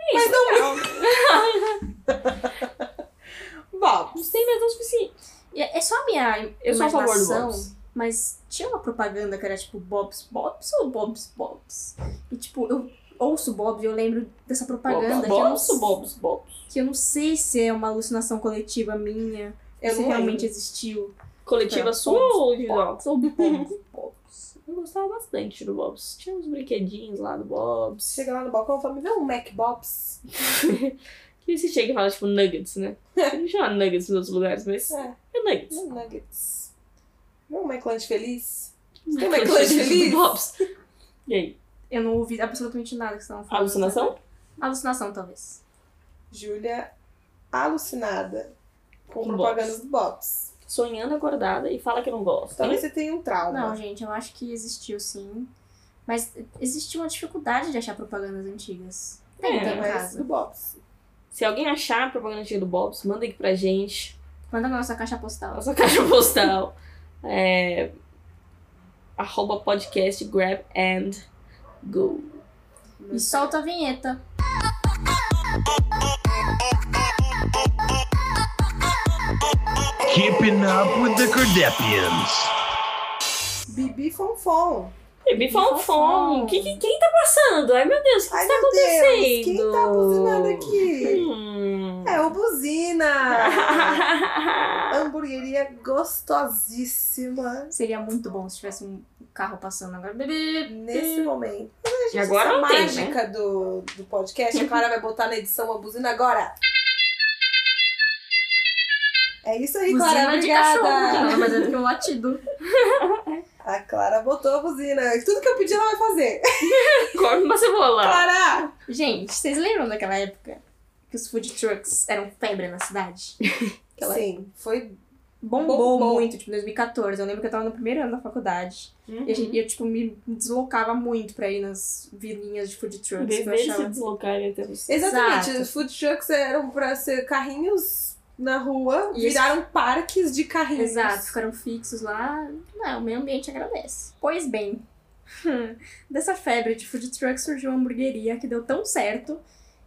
Speaker 2: É isso, não...
Speaker 1: é. Bob.
Speaker 2: não sei, mas não o suficiente.
Speaker 4: E É é só a minha
Speaker 2: Eu sou a favor do
Speaker 4: imaginação,
Speaker 2: Bob's.
Speaker 4: mas tinha uma propaganda que era tipo Bob's Bob's ou Bob's Bob's? E tipo, eu ouço Bob e eu lembro dessa propaganda que, eu não,
Speaker 2: Bobs, Bobs, Bobs.
Speaker 4: que eu não sei se é uma alucinação coletiva minha,
Speaker 1: Eu
Speaker 4: se
Speaker 1: não
Speaker 4: realmente existiu.
Speaker 2: Coletiva
Speaker 4: É,
Speaker 2: sua
Speaker 4: Bob's,
Speaker 2: ou individual?
Speaker 4: Bob's ou Bob's Bob's.
Speaker 2: Eu gostava bastante do Bobs. Tinha uns brinquedinhos lá do Bobs.
Speaker 1: Chega lá no balcão e fala, me vê um Mac Bob's.
Speaker 2: Que você chega e fala, tipo, nuggets, né? Não chama nuggets nos outros lugares, mas
Speaker 1: É.
Speaker 2: é nuggets.
Speaker 1: Um Nuggets. Me vê um McLanche feliz. Você tem um McLanche feliz?
Speaker 2: Bobs. E aí?
Speaker 4: Eu não ouvi absolutamente nada que vocês estavam falando.
Speaker 2: Alucinação?
Speaker 4: Alucinação, talvez.
Speaker 1: Júlia, alucinada com,
Speaker 2: Com
Speaker 1: propagandas do Bob's.
Speaker 2: Sonhando acordada e fala que não gosta. né?
Speaker 1: Talvez você tenha um
Speaker 4: Não,
Speaker 1: trauma.
Speaker 4: gente, eu acho que existiu sim. Mas existiu uma dificuldade de achar propagandas antigas. Tem,
Speaker 2: É,
Speaker 4: tem em
Speaker 1: mas do
Speaker 4: casa.
Speaker 1: Bob's.
Speaker 2: Se alguém achar a propaganda antiga do Bobs, manda aqui pra gente.
Speaker 4: Manda na nossa caixa postal.
Speaker 2: Nossa caixa postal. É... Arroba podcast grab and go.
Speaker 4: E solta a vinheta.
Speaker 6: Keeping up with the Kardashians.
Speaker 1: Bibi Fonfon.
Speaker 2: Bebê
Speaker 4: Fofão.
Speaker 2: fanfom. um Que, que, quem tá passando? Ai, meu Deus, o que
Speaker 1: um Ai,
Speaker 2: está
Speaker 1: meu Deus,
Speaker 2: tá acontecendo?
Speaker 1: quem tá buzinando aqui?
Speaker 2: Hum.
Speaker 1: É o Buzina! Hamburgueria gostosíssima.
Speaker 4: Seria muito bom se tivesse um carro passando agora. Bebê!
Speaker 1: Nesse momento.
Speaker 2: Hum. E agora
Speaker 1: Essa
Speaker 2: não tem, né?
Speaker 1: mágica do, do podcast, a Clara vai botar na edição a buzina agora. É isso aí, Clara.
Speaker 4: Buzina de cachorro,
Speaker 2: então.
Speaker 1: Obrigada.
Speaker 4: nada mais é do que um latido.
Speaker 1: A Clara botou a buzina. Tudo que eu pedi, ela vai fazer.
Speaker 2: Come uma
Speaker 4: Ah.
Speaker 2: cebola.
Speaker 1: Clara!
Speaker 4: Gente, vocês lembram daquela época que os food trucks eram febre na cidade? Aquela-
Speaker 1: Sim, foi
Speaker 4: bombou,
Speaker 1: Bombou.
Speaker 4: muito, tipo, em 2014. Eu lembro que eu tava no primeiro ano da faculdade.
Speaker 1: Uhum.
Speaker 4: E a gente- eu, tipo, me me deslocava muito pra ir nas vilinhas de food trucks que eu
Speaker 2: Beber e se
Speaker 4: achava.
Speaker 2: deslocar e até você.
Speaker 1: Exatamente,
Speaker 4: Exato.
Speaker 1: os food trucks eram pra ser carrinhos na rua,
Speaker 4: E
Speaker 1: viraram parques de carrinhos.
Speaker 4: Exato, ficaram fixos lá. Não, o meio ambiente agradece. Pois bem, dessa febre de food truck surgiu uma hamburgueria que deu tão certo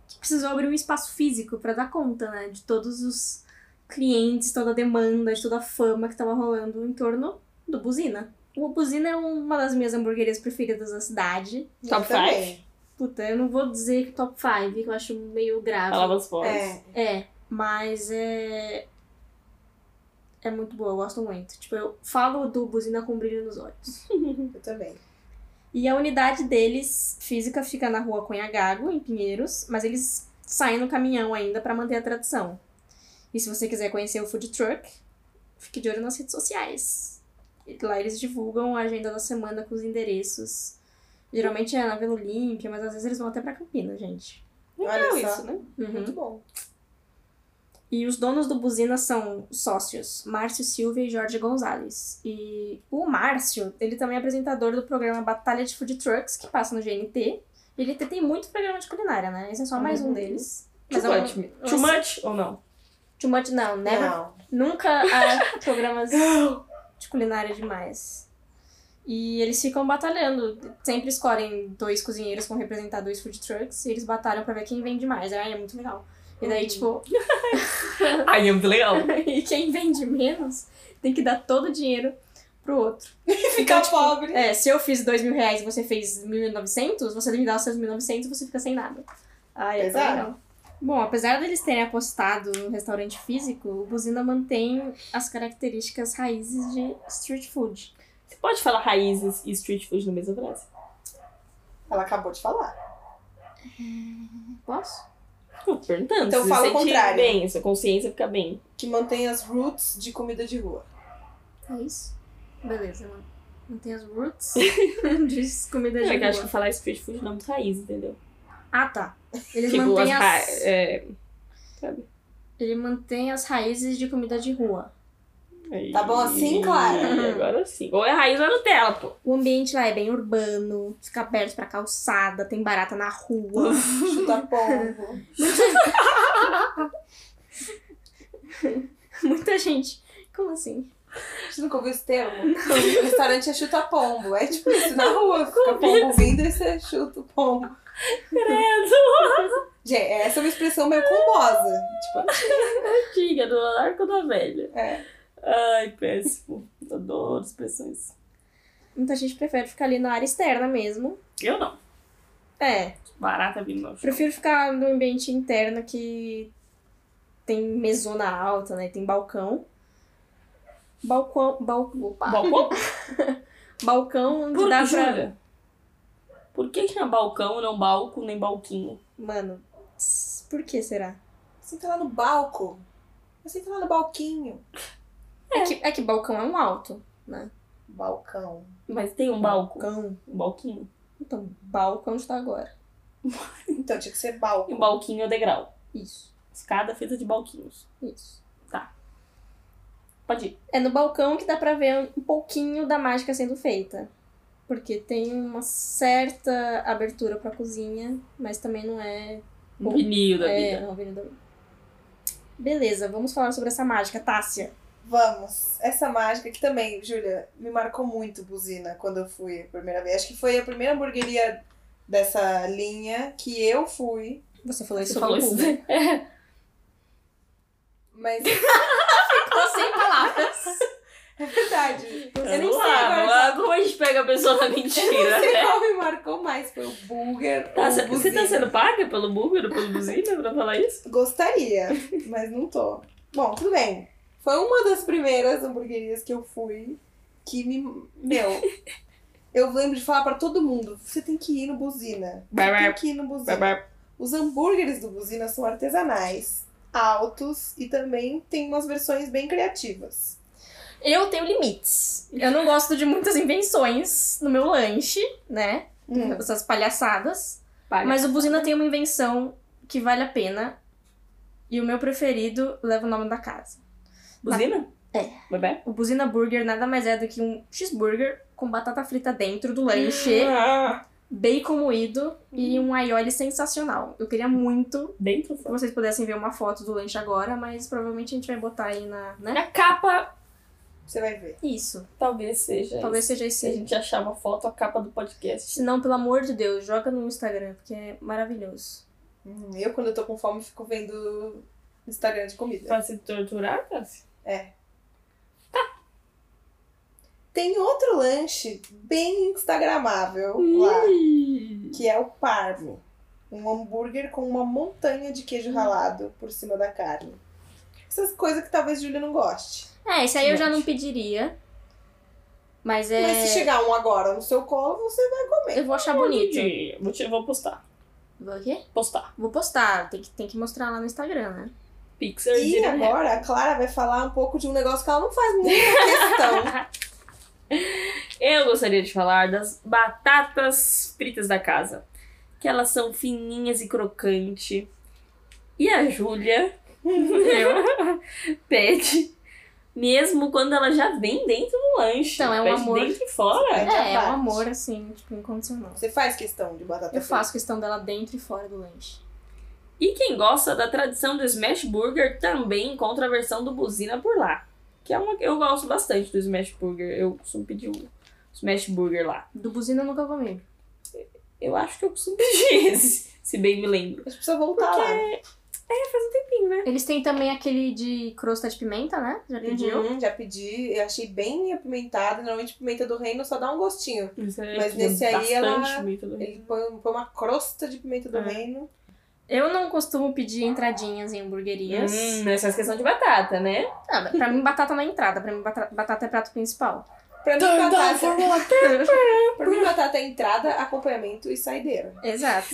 Speaker 4: que precisou abrir um espaço físico pra dar conta, né? De todos os clientes, toda a demanda, de toda a fama que tava rolando em torno do Buzina. O Buzina é uma das minhas hamburguerias preferidas da cidade.
Speaker 1: Eu
Speaker 2: Top
Speaker 1: também.
Speaker 4: Puta, eu não vou dizer que top 5, que eu acho meio grave.
Speaker 2: Palavras fortes.
Speaker 1: É.
Speaker 4: É, mas é. É muito boa, eu gosto muito. Tipo, eu falo do Buzina com brilho nos olhos.
Speaker 1: Eu também.
Speaker 4: E a unidade deles, física, fica na rua Cunhagago, em Pinheiros, mas eles saem no caminhão ainda pra manter a tradição. E se você quiser conhecer o food truck, fique de olho nas redes sociais. E Lá eles divulgam a agenda da semana com os endereços. Geralmente é na Vila Olímpia, mas às vezes eles vão até pra Campinas, gente.
Speaker 1: Olha
Speaker 2: Legal
Speaker 1: só.
Speaker 2: isso, né?
Speaker 4: Uhum.
Speaker 1: Muito bom.
Speaker 4: E os donos do Buzina são sócios, Márcio Silva e Jorge Gonzalez. E o Márcio, ele também é apresentador do programa Batalha de Food Trucks, que passa no GNT. E ele tem muito programa de culinária, né? Esse é só mais um deles. Mas
Speaker 2: Uhum. Too
Speaker 4: é um-
Speaker 2: much. Too much ou não?
Speaker 4: Too much, não, né?
Speaker 1: Não.
Speaker 4: Nunca há programas de culinária demais. E eles ficam batalhando. Sempre escolhem dois cozinheiros que vão representar dois food trucks e eles batalham pra ver quem vende mais. Ai, é muito legal. E daí,
Speaker 1: Uhum.
Speaker 4: tipo,
Speaker 2: Ai, é muito legal.
Speaker 4: e quem vende menos tem que dar todo o dinheiro pro outro.
Speaker 1: E ficar pobre.
Speaker 4: É, se eu fiz dois mil reais e você fez mil e novecentos, você me dá os seus mil e novecentos e você fica sem nada. Ai, é tão
Speaker 1: Exato.
Speaker 4: legal. Bom, apesar deles terem apostado no restaurante físico, o Buzina mantém as características raízes de street food.
Speaker 2: Você pode falar raízes e street food na mesma frase?
Speaker 1: Ela acabou de falar.
Speaker 4: Posso?
Speaker 2: Tô perguntando.
Speaker 1: Então
Speaker 2: se
Speaker 1: fala
Speaker 2: você
Speaker 1: o contrário.
Speaker 2: bem, a sua consciência fica bem.
Speaker 1: Que mantém as roots de comida de rua.
Speaker 4: É isso? Beleza, mano. Mantém as roots de
Speaker 1: É
Speaker 4: comida
Speaker 2: Eu
Speaker 4: de
Speaker 2: acho é que
Speaker 4: rua.
Speaker 2: falar street food não é muito raiz, entendeu?
Speaker 4: Ah, tá. Eles
Speaker 2: tipo,
Speaker 4: mantêm
Speaker 2: as
Speaker 4: as...
Speaker 2: ra- é,
Speaker 4: Ele mantém as raízes de comida de rua.
Speaker 2: aí-
Speaker 1: Tá bom assim, Clara?
Speaker 2: Agora sim. Ou é raiz ou é Nutella, pô.
Speaker 4: O ambiente lá é bem urbano, fica aberto pra calçada, tem barata na rua.
Speaker 1: Chuta pombo.
Speaker 4: Muita gente. Como assim?
Speaker 1: Você nunca ouviu esse termo? O restaurante é chuta pombo. É tipo isso, na rua. Fica pombo vindo e você chuta o pombo. Gente, essa é uma expressão meio combosa. Tipo,
Speaker 2: Antiga, do arco da velha.
Speaker 1: É.
Speaker 2: Ai, péssimo. Adoro expressões.
Speaker 4: Muita gente prefere ficar ali na área externa mesmo.
Speaker 2: Eu não.
Speaker 4: É,
Speaker 2: Barata vindo no chão.
Speaker 4: prefiro ficar no ambiente interno que tem mesona alta, né? Tem balcão. Balcão. Bal, opa.
Speaker 2: Balcão?
Speaker 4: Balcão onde
Speaker 2: Por,
Speaker 4: dá pra.
Speaker 2: Júlia, por que chama balcão, não balco, nem balquinho?
Speaker 4: Mano, tss, por que será?
Speaker 1: senta lá no balco. Senta lá no balquinho.
Speaker 4: É, que, é que balcão é um alto.
Speaker 1: Balcão.
Speaker 2: Mas tem um balco,
Speaker 4: Balcão.
Speaker 2: um balquinho.
Speaker 4: Então, balcão onde tá agora.
Speaker 1: Então tinha que ser balco.
Speaker 2: E um balquinho é o degrau.
Speaker 4: Isso,
Speaker 2: Escada feita de balquinhos.
Speaker 4: isso.
Speaker 2: Pode ir.
Speaker 4: É no balcão que dá pra ver um pouquinho da mágica sendo feita. Porque tem uma certa abertura pra cozinha, mas também não é.
Speaker 2: Um vinil da
Speaker 4: é,
Speaker 2: vida.
Speaker 4: não, avenida. Beleza, vamos falar sobre essa mágica, Tássia.
Speaker 1: Vamos. Essa mágica que também, Júlia, me marcou muito buzina quando eu fui a primeira vez. Acho que foi a primeira hamburgueria dessa linha que eu fui.
Speaker 4: Você falou isso
Speaker 2: Você falou isso.
Speaker 4: sobre o Cuba.
Speaker 1: Mas
Speaker 4: Ficou sem palavras.
Speaker 1: é verdade. Eu nem sei
Speaker 2: Vamos lá,
Speaker 1: agora
Speaker 2: vamos lá. Como a gente pega a pessoa na mentira,
Speaker 1: sei
Speaker 2: né?
Speaker 1: qual me marcou mais. Foi o Burger.
Speaker 2: Tá,
Speaker 1: ou o
Speaker 2: cê- você
Speaker 1: Buzina.
Speaker 2: tá sendo paga pelo búlgaro, pelo buzina, pra falar isso?
Speaker 1: Gostaria, mas não tô. Bom, tudo bem. Foi uma das primeiras hamburguerias que eu fui que me. Meu. Eu lembro de falar pra todo mundo: você tem que ir no Buzina. Você
Speaker 2: Vai, vai.
Speaker 1: tem que ir no Buzina. Os hambúrgueres do Buzina são artesanais, altos e também tem umas versões bem criativas.
Speaker 4: Eu tenho limites. Eu não gosto de muitas invenções no meu lanche, né?
Speaker 2: Hum.
Speaker 4: Essas palhaçadas.
Speaker 2: Paga.
Speaker 4: Mas o Buzina tem uma invenção que vale a pena. E o meu preferido leva o nome da casa.
Speaker 2: Buzina? Bebê?
Speaker 4: O Buzina Burger nada mais é do que um cheeseburger com batata frita dentro do lanche,
Speaker 2: Ah,
Speaker 4: bacon moído e um aioli sensacional. Eu queria muito
Speaker 2: Dentro?
Speaker 4: que vocês pudessem ver uma foto do lanche agora, mas provavelmente a gente vai botar aí na, né?
Speaker 2: Na capa,
Speaker 1: Você vai ver.
Speaker 4: Isso.
Speaker 2: talvez seja.
Speaker 4: Talvez seja
Speaker 2: Se a
Speaker 4: esse.
Speaker 2: gente achar uma foto, a capa do podcast.
Speaker 4: Se não, pelo amor de Deus, joga no Instagram, porque é maravilhoso.
Speaker 1: Hum, eu, quando eu tô com fome, fico vendo Instagram de comida.
Speaker 2: Pra se torturar, tá? Cassi?
Speaker 1: Tem outro lanche bem instagramável lá, que é o parvo. Um hambúrguer com uma montanha de
Speaker 4: Hum.
Speaker 1: queijo ralado por cima da carne. Essas coisas que talvez Júlia não goste.
Speaker 4: É, esse aí eu já não pediria. Mas é.
Speaker 1: Mas se chegar um agora no seu colo, você vai comer.
Speaker 4: Eu vou achar bonito.
Speaker 2: Entendi. Vou, te- vou postar.
Speaker 4: Vou o quê?
Speaker 2: Postar.
Speaker 4: Vou postar, tem que, tem que mostrar lá no Instagram, né?
Speaker 2: Pixar
Speaker 1: E
Speaker 2: direct.
Speaker 1: agora a Clara vai falar um pouco de um negócio que ela não faz muita questão.
Speaker 4: Então,
Speaker 2: Eu gostaria de falar das batatas fritas da casa. Que elas são fininhas e crocante. E a Júlia eu, pede, mesmo quando ela já vem dentro do lanche.
Speaker 4: Então, é um
Speaker 2: pede
Speaker 4: amor.
Speaker 2: dentro e fora.
Speaker 1: Pede a
Speaker 4: É, é um
Speaker 1: parte.
Speaker 4: amor, assim, tipo, incondicional.
Speaker 1: Você faz questão de batata
Speaker 4: Eu
Speaker 1: frita?
Speaker 4: faço questão dela dentro e fora do lanche.
Speaker 2: E quem gosta da tradição do Smash Burger também encontra a versão do Buzina por lá. Que é uma que eu gosto bastante do Smash Burger. Eu costumo pedir o Smash Burger lá.
Speaker 4: Do buzina eu nunca comi.
Speaker 2: Eu acho que eu costumo pedir esse, se bem me lembro.
Speaker 1: A gente precisa voltar lá.
Speaker 4: Uhum. Eles têm também aquele de crosta de pimenta, né? Já pediu?
Speaker 1: Uhum, já pedi, eu achei bem apimentado. Normalmente pimenta do reino só dá um gostinho.
Speaker 4: Uhum.
Speaker 2: é,
Speaker 1: Mas
Speaker 2: tipo,
Speaker 1: nesse aí ela-
Speaker 2: né? Hum,
Speaker 1: Ele põe, põe uma crosta de pimenta do
Speaker 2: Ah.
Speaker 1: reino.
Speaker 4: Eu não costumo pedir entradinhas em hamburguerias.
Speaker 2: Hum, essa é questão de batata, né?
Speaker 4: Ah, mas pra mim, batata não é entrada. Pra mim, bata- batata é prato principal.
Speaker 1: Pra mim, batata, pra mim, batata é entrada, acompanhamento e saideira.
Speaker 4: Exato.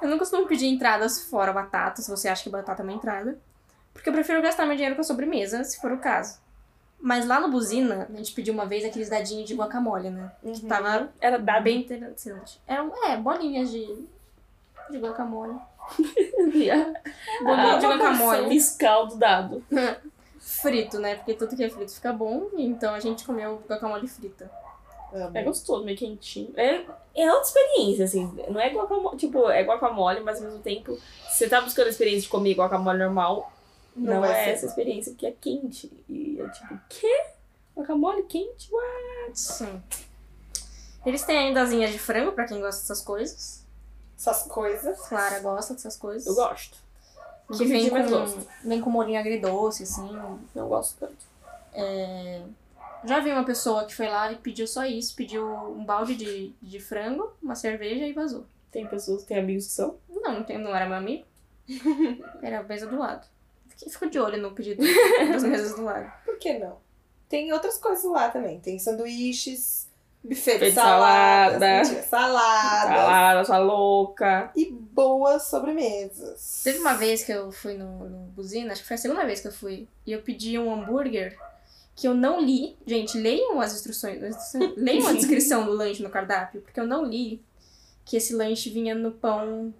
Speaker 4: Eu não costumo pedir entradas fora batata, se você acha que batata é uma entrada. Porque eu prefiro gastar meu dinheiro com a sobremesa, se for o caso. Mas lá no Buzina, a gente pediu uma vez aqueles dadinhos de guacamole, né? Que tava
Speaker 2: Era
Speaker 4: Tá
Speaker 2: dada
Speaker 4: bem interessante. Eram, é, bolinhas de, de guacamole.
Speaker 2: bolinha
Speaker 4: Ah,
Speaker 2: de
Speaker 4: uma
Speaker 2: guacamole.
Speaker 4: porção.
Speaker 2: Fiscal do dado.
Speaker 4: Frito, né? Porque tudo que é frito fica bom, então a gente comeu guacamole frita.
Speaker 1: Amo.
Speaker 2: É gostoso, meio quentinho. É, é outra experiência, assim. Não é guacamole. Tipo, é guacamole, mas ao mesmo tempo, se você tá buscando a experiência de comer guacamole normal, não,
Speaker 1: Não vai
Speaker 2: é
Speaker 1: ser.
Speaker 2: essa experiência, porque é quente. E é tipo, quê? Guacamole quente? Ué.
Speaker 4: Sim. Eles têm ainda asinhas de frango, pra quem gosta dessas coisas.
Speaker 1: Essas coisas.
Speaker 4: Clara gosta dessas coisas.
Speaker 2: Eu gosto.
Speaker 4: Que
Speaker 2: Nunca
Speaker 4: vem
Speaker 2: pedi, mas gosto.
Speaker 4: com, vem com molhinho agridoce, assim.
Speaker 2: Não gosto tanto.
Speaker 4: Já vi uma pessoa que foi lá e pediu só isso. Pediu um balde de, de frango, uma cerveja e vazou.
Speaker 2: Tem pessoas, tem amigos que são.
Speaker 4: Não, não, tem- não era meu amigo. Era a mesa do lado. Fiquei- Fico de olho no pedido das mesas do lado.
Speaker 1: Por que não? Tem outras coisas lá também. Tem sanduíches, buffet
Speaker 2: Buffet
Speaker 1: de
Speaker 2: de salada.
Speaker 1: saladas, mentira, saladas.
Speaker 2: Salada, sua tá louca.
Speaker 1: E boas sobremesas.
Speaker 4: Teve uma vez que eu fui no, no Buzina, acho que foi a segunda vez que eu fui, e eu pedi um hambúrguer que eu não li. Gente, leiam as instruções, as instruções- leiam a descrição do lanche no cardápio, porque eu não li que esse lanche vinha no pão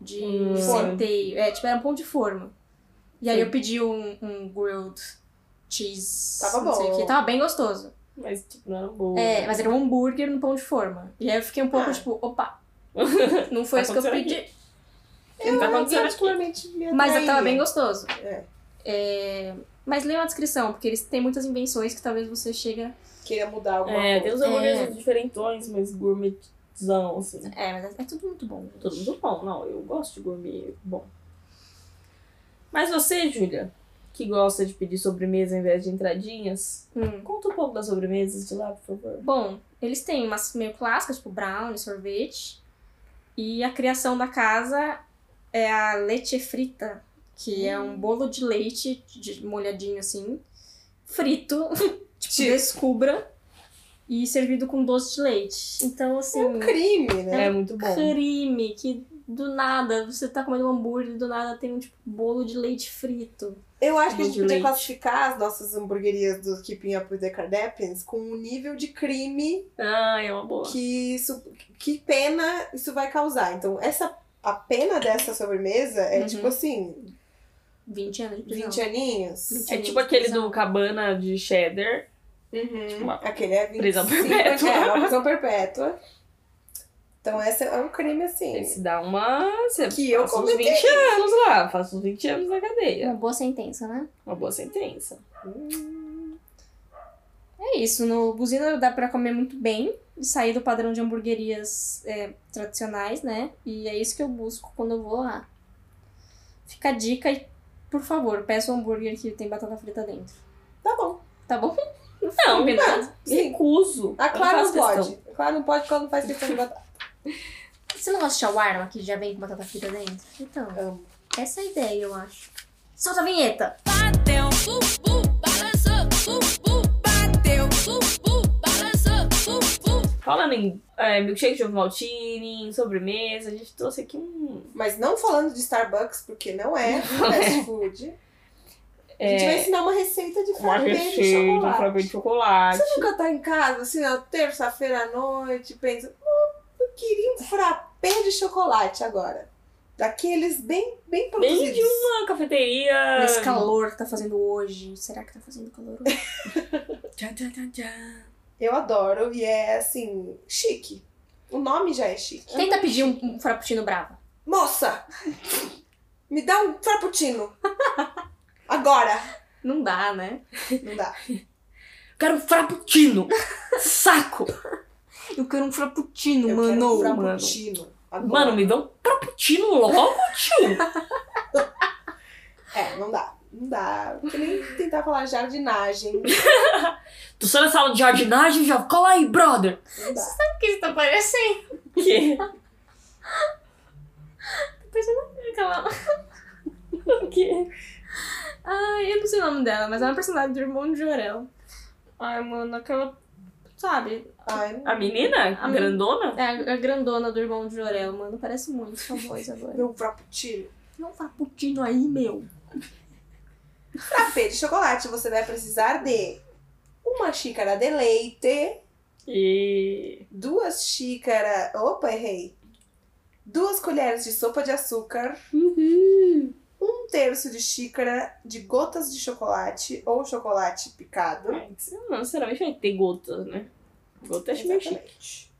Speaker 4: de
Speaker 2: Hum.
Speaker 4: centeio. É, tipo, era um pão de forma. E aí
Speaker 2: Sim.
Speaker 4: eu pedi um, um grilled cheese.
Speaker 1: Tava
Speaker 4: não sei o
Speaker 1: bom.
Speaker 4: que, Tava bem gostoso.
Speaker 2: Mas, tipo, não era boa.
Speaker 4: É, mas era um hambúrguer no pão de forma. E aí eu fiquei um pouco,
Speaker 1: Ah.
Speaker 4: tipo, opa, não foi isso que eu
Speaker 2: Aconteceu
Speaker 4: pedi.
Speaker 2: Não tá acontecendo aqui.
Speaker 1: particularmente me
Speaker 4: Mas eu tava
Speaker 1: atraía.
Speaker 4: bem gostoso.
Speaker 1: É.
Speaker 4: É, Mas leiam a descrição, porque eles têm muitas invenções que talvez você chega.
Speaker 1: Queria mudar alguma
Speaker 2: É, tem
Speaker 1: coisa.
Speaker 2: uns hambúrgueres diferentões, mas gourmetzão, assim.
Speaker 4: É, mas é tudo muito bom.
Speaker 2: Todo mundo bom, não. Eu gosto de gourmet bom. Mas você, Júlia, que gosta de pedir sobremesa ao invés de entradinhas,
Speaker 4: Hum.
Speaker 2: conta um pouco das sobremesas de lá, por favor.
Speaker 4: Bom, eles têm umas meio clássicas, tipo brownie, sorvete. E a criação da casa é a leite frita, que é um bolo de leite de- molhadinho assim, frito, tipo,
Speaker 1: Tipo.
Speaker 4: descubra, e servido com doce de leite. Então, assim.
Speaker 1: Um crime, né?
Speaker 2: É, muito bom.
Speaker 4: crime que do nada você tá comendo um hambúrguer e do nada tem um tipo bolo de leite frito.
Speaker 1: Eu acho que a
Speaker 2: Bolo de
Speaker 1: gente podia
Speaker 2: leite.
Speaker 1: classificar as nossas hamburguerias do Keeping Up with the Kardashians com o nível de crime
Speaker 2: Ah, é uma boa.
Speaker 1: que isso, que pena isso vai causar. Então, essa a pena dessa sobremesa é
Speaker 4: Uhum.
Speaker 1: tipo assim,
Speaker 4: 20 anos de prisão.
Speaker 1: 20 aninhos?
Speaker 4: Vinte.
Speaker 2: É tipo aquele do Cabana de Cheddar.
Speaker 1: Uhum.
Speaker 2: Tipo, Uma
Speaker 1: Aquele é 25,
Speaker 2: prisão perpétua.
Speaker 1: É, uma prisão perpétua. Então esse é um crime assim.
Speaker 2: Esse dá uma. Você
Speaker 1: Que eu
Speaker 2: passa uns
Speaker 1: comentei.
Speaker 2: 20 anos lá. Faça uns 20 anos na cadeia.
Speaker 4: Uma boa sentença, né?
Speaker 2: Uma boa sentença.
Speaker 4: É isso. No Buzina dá pra comer muito bem. e Sair do padrão de hamburguerias é, tradicionais, né? E é isso que eu busco quando eu vou lá. Fica a dica e, por favor, peça um hambúrguer que tem batata frita dentro.
Speaker 1: Tá bom.
Speaker 4: Tá bom?
Speaker 2: Não,
Speaker 1: Não, sim. Tá
Speaker 2: recuso.
Speaker 1: A
Speaker 2: Eu
Speaker 1: Clara não
Speaker 2: faço questão.
Speaker 1: pode. A Clara não pode porque ela não faz questão de batata.
Speaker 4: Você não gosta de shawarma que já vem com batata frita dentro? Então,
Speaker 1: Amo.
Speaker 4: essa é a ideia, eu acho. Solta a vinheta!
Speaker 3: Bateu, bu, bu, balançou, bu, bu, bateu, bu, bu, balançou, bu, bu.
Speaker 2: Falando em é, milkshake de ovo maltine, em sobremesa, a gente trouxe aqui um.
Speaker 1: Mas não falando de Starbucks, porque não é fast food. A gente vai ensinar uma receita de
Speaker 2: Uma
Speaker 1: frappé de
Speaker 2: recheio, É. um
Speaker 1: chocolate.
Speaker 2: frappé de chocolate.
Speaker 1: Você nunca tá em casa, assim, na terça-feira à noite, pensa, "Hum, eu queria um frappé de chocolate agora. Daqueles bem, bem produzidos.
Speaker 2: Bem de uma é cafeteria.
Speaker 4: Nesse calor que tá fazendo hoje. Será que tá fazendo calor hoje?
Speaker 2: Tchan, tchan, tchan, tchan.
Speaker 1: Eu adoro e é assim, chique. O nome já é chique.
Speaker 4: Tenta pedir um, um frappuccino brava.
Speaker 1: Moça! Me dá um frappuccino! Agora!
Speaker 4: Não dá, né?
Speaker 1: Não dá.
Speaker 2: Quero um frappuccino. Saco.
Speaker 4: Eu quero um frappuccino,
Speaker 1: Eu
Speaker 4: mano.
Speaker 1: quero um frappuccino. Agora.
Speaker 2: Mano, me dá um frappuccino logo, tio.
Speaker 1: É, não dá. Não dá. Não nem tentar falar jardinagem. Não
Speaker 2: Tu só na sala de jardinagem já cola aí, brother.
Speaker 1: dá.
Speaker 4: O que você tá parecendo?
Speaker 2: Que?
Speaker 4: Aquela...
Speaker 2: O quê?
Speaker 4: Ai, eu não sei o nome dela, mas é uma personagem do irmão de Jorel. Ai, mano, aquela. Sabe?
Speaker 1: Ai,
Speaker 2: A menina?
Speaker 4: A men-
Speaker 2: grandona?
Speaker 4: É a a grandona do irmão de Jorel, mano. Parece muito com a voz agora.
Speaker 1: meu frappuccino.
Speaker 4: Não um frappuccino aí, meu.
Speaker 1: Frappé de chocolate, você vai precisar de uma xícara de leite,
Speaker 2: E.
Speaker 1: duas xícaras. Opa, errei. Duas colheres de sopa de açúcar.
Speaker 4: Uhum.
Speaker 1: um terço de xícara de gotas de chocolate ou chocolate picado.
Speaker 2: Ai, que sei lá, Não, sinceramente vai ter gota, né? Gota acho meio chique.
Speaker 1: Exatamente.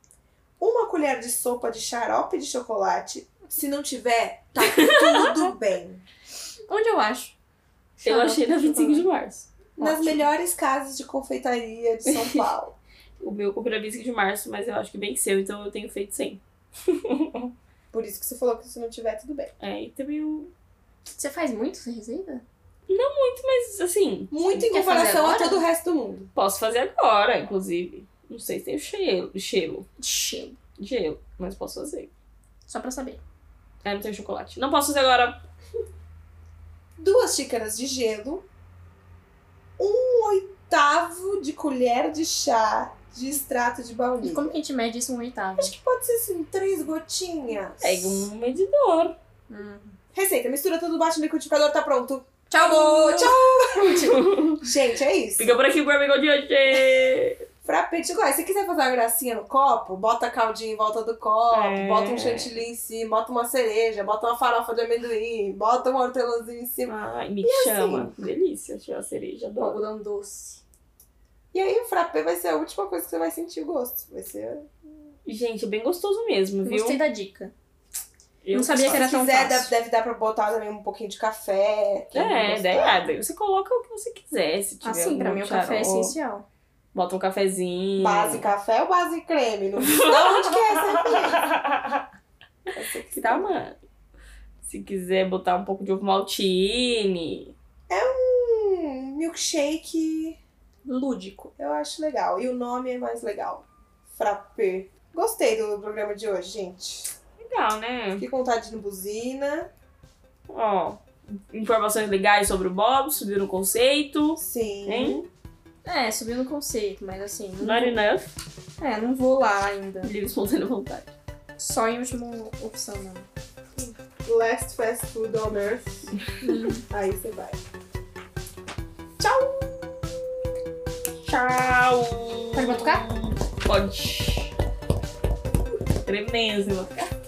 Speaker 1: Uma colher de sopa de xarope de chocolate. Se não tiver, tá tudo bem.
Speaker 4: Onde eu acho?
Speaker 2: Eu
Speaker 4: Xarope
Speaker 2: achei na
Speaker 4: de
Speaker 2: 25 de março.
Speaker 1: Nas
Speaker 4: Ótimo.
Speaker 1: melhores casas de confeitaria de São Paulo.
Speaker 2: O meu comprei na 25 de março, mas eu acho que bem seu, então eu tenho feito sem.
Speaker 1: Por isso que você falou que se não tiver, tudo bem.
Speaker 2: É, e também eu...
Speaker 4: Você faz muito essa receita?
Speaker 2: Mas, assim,
Speaker 1: Muito em
Speaker 4: Quer fazer
Speaker 1: comparação a
Speaker 4: agora?
Speaker 1: todo o resto do mundo.
Speaker 2: posso fazer agora, inclusive. Não sei se tem gelo, gelo,
Speaker 4: Cheio.
Speaker 2: gelo, mas posso fazer.
Speaker 4: Só pra saber.
Speaker 2: Ah, não tem chocolate. Não posso fazer agora.
Speaker 1: Duas xícaras de gelo. Um oitavo de colher de chá de extrato de
Speaker 4: E
Speaker 1: baunilha.
Speaker 4: como que a gente mede isso um oitavo?
Speaker 1: Acho que pode ser assim, três gotinhas.
Speaker 2: Pega um medidor.
Speaker 1: Receita, mistura tudo, bate no liquidificador, tá pronto.
Speaker 4: Tchau, Bo! Tchau!
Speaker 1: Gente, é isso.
Speaker 2: Fica por aqui por amigão de hoje.
Speaker 1: Frappé de chocolate. Se quiser fazer uma gracinha no copo, bota a caldinha em volta do copo,
Speaker 2: É.
Speaker 1: bota um chantilly em cima, bota uma cereja, bota uma farofa de amendoim, bota um hortelãozinho em cima.
Speaker 2: Ai, me
Speaker 4: assim,
Speaker 2: chama. Delícia, achei a cereja,
Speaker 4: O
Speaker 2: adoro.
Speaker 4: algodão doce.
Speaker 1: E aí o frappé vai ser a última coisa que você vai sentir o gosto. Vai ser...
Speaker 2: Gente, é bem gostoso mesmo, viu?
Speaker 4: Gostei da dica.
Speaker 2: Eu
Speaker 4: não sabia que era
Speaker 1: Se
Speaker 4: tão
Speaker 1: quiser, dá-
Speaker 4: fácil.
Speaker 1: deve dar pra botar também um pouquinho de café. quem não
Speaker 2: É,
Speaker 1: gostar.
Speaker 2: daí, ah, daí você coloca o que você quiser, se tiver
Speaker 4: Assim, pra
Speaker 2: algum
Speaker 4: mim o café é
Speaker 2: xarope.
Speaker 4: essencial.
Speaker 2: Bota um cafezinho.
Speaker 1: Base café ou base creme? Não não, onde que é essa creme?
Speaker 2: que tá, mano. Se quiser botar um pouco de ovo maltine.
Speaker 1: Hum, milkshake...
Speaker 4: Lúdico.
Speaker 1: Eu acho legal. E o nome é mais legal. Frappé. Gostei do programa de hoje, gente.
Speaker 2: Legal, né?
Speaker 1: Fiquei com vontade de ir no buzina.
Speaker 2: Ó, informações legais sobre o Bob, subiu no conceito.
Speaker 1: Sim.
Speaker 2: Hein?
Speaker 4: É, subiu no conceito, mas assim. Não
Speaker 2: Not enough.
Speaker 4: É, não vou lá ainda.
Speaker 2: Livre espontânea vontade.
Speaker 4: Só em última opção, não.
Speaker 1: Last fast food on earth. Aí você vai.
Speaker 2: Tchau!
Speaker 4: Pode batucar?
Speaker 2: Pode. Tremendo, você vai ficar.